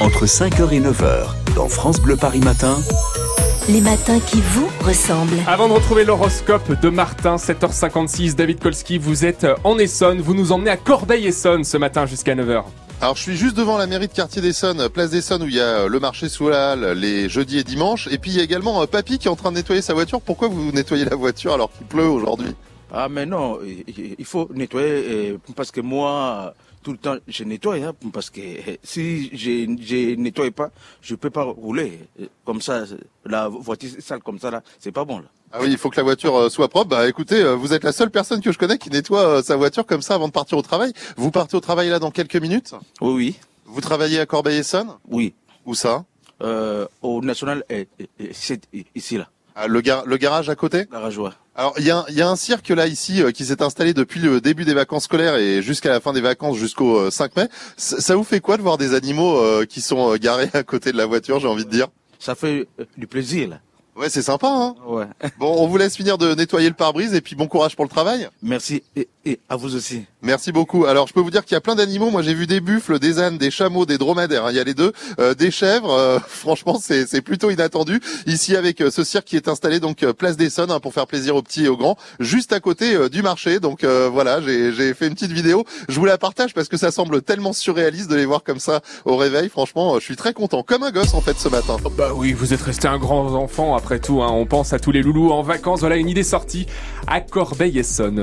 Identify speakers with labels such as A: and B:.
A: entre 5h et 9h dans France Bleu Paris Matin.
B: Les matins qui vous ressemblent.
C: Avant de retrouver l'horoscope de Martin, 7h56, David Kolski, vous êtes euh, en Essonne, vous nous emmenez à Corbeil-Essonne ce matin jusqu'à 9h.
D: Alors je suis juste devant la mairie de quartier d'Essonne, place d'Essonne où il y a euh, le marché sous la halle les jeudis et dimanches. Et puis il y a également euh, Papy qui est en train de nettoyer sa voiture. Pourquoi vous nettoyez la voiture alors qu'il pleut aujourd'hui
E: Ah mais non, il- il il faut nettoyer euh, parce que moi, tout le temps, je nettoie, hein, parce que euh, si je je nettoie pas, je peux pas rouler. Euh, Comme ça, la voiture sale comme ça, là, c'est pas bon. Là.
D: Ah oui, il faut que la voiture euh, soit propre. Bah écoutez, euh, vous êtes la seule personne que je connais qui nettoie euh, sa voiture comme ça avant de partir au travail. Vous partez au travail là dans quelques minutes
E: Oui, oui,
D: Vous travaillez à Corbeil-Essonne
E: oui.
D: Où ça
E: Euh, au national, euh, euh, c'est ici, là,
D: Ah, le, gar- le garage à côté
E: garage. ouais.
D: Alors il y a, il y a un cirque là ici euh, qui s'est installé depuis le début des vacances scolaires et jusqu'à la fin des vacances jusqu'au euh, 5 mai. C- ça vous fait quoi de voir des animaux euh, qui sont euh, garés à côté de la voiture, j'ai envie de dire
E: Ça fait euh, du plaisir, là.
D: Ouais, c'est sympa hein.
E: Ouais.
D: Bon, on vous laisse finir de nettoyer le pare-brise et puis bon courage pour le travail.
E: Merci et, et à vous aussi.
D: Merci beaucoup. Alors, je peux vous dire qu'il y a plein d'animaux. Moi, j'ai vu des buffles, des ânes, des chameaux, des dromadaires. hein. Il y a les deux, Euh, des chèvres. euh, franchement, c'est c'est plutôt inattendu. Ici, avec euh, ce cirque qui est installé donc euh, place des Sons, hein, pour faire plaisir aux petits et aux grands, juste à côté euh, du marché. Donc euh, voilà, j'ai j'ai fait une petite vidéo. Je vous la partage parce que ça semble tellement surréaliste de les voir comme ça au réveil. Franchement, euh, je suis très content, comme un gosse en fait ce matin.
C: Bah oui, vous êtes resté un grand enfant après tout, hein. on pense à tous les loulous en vacances, voilà une idée sortie à Corbeil-Essonne.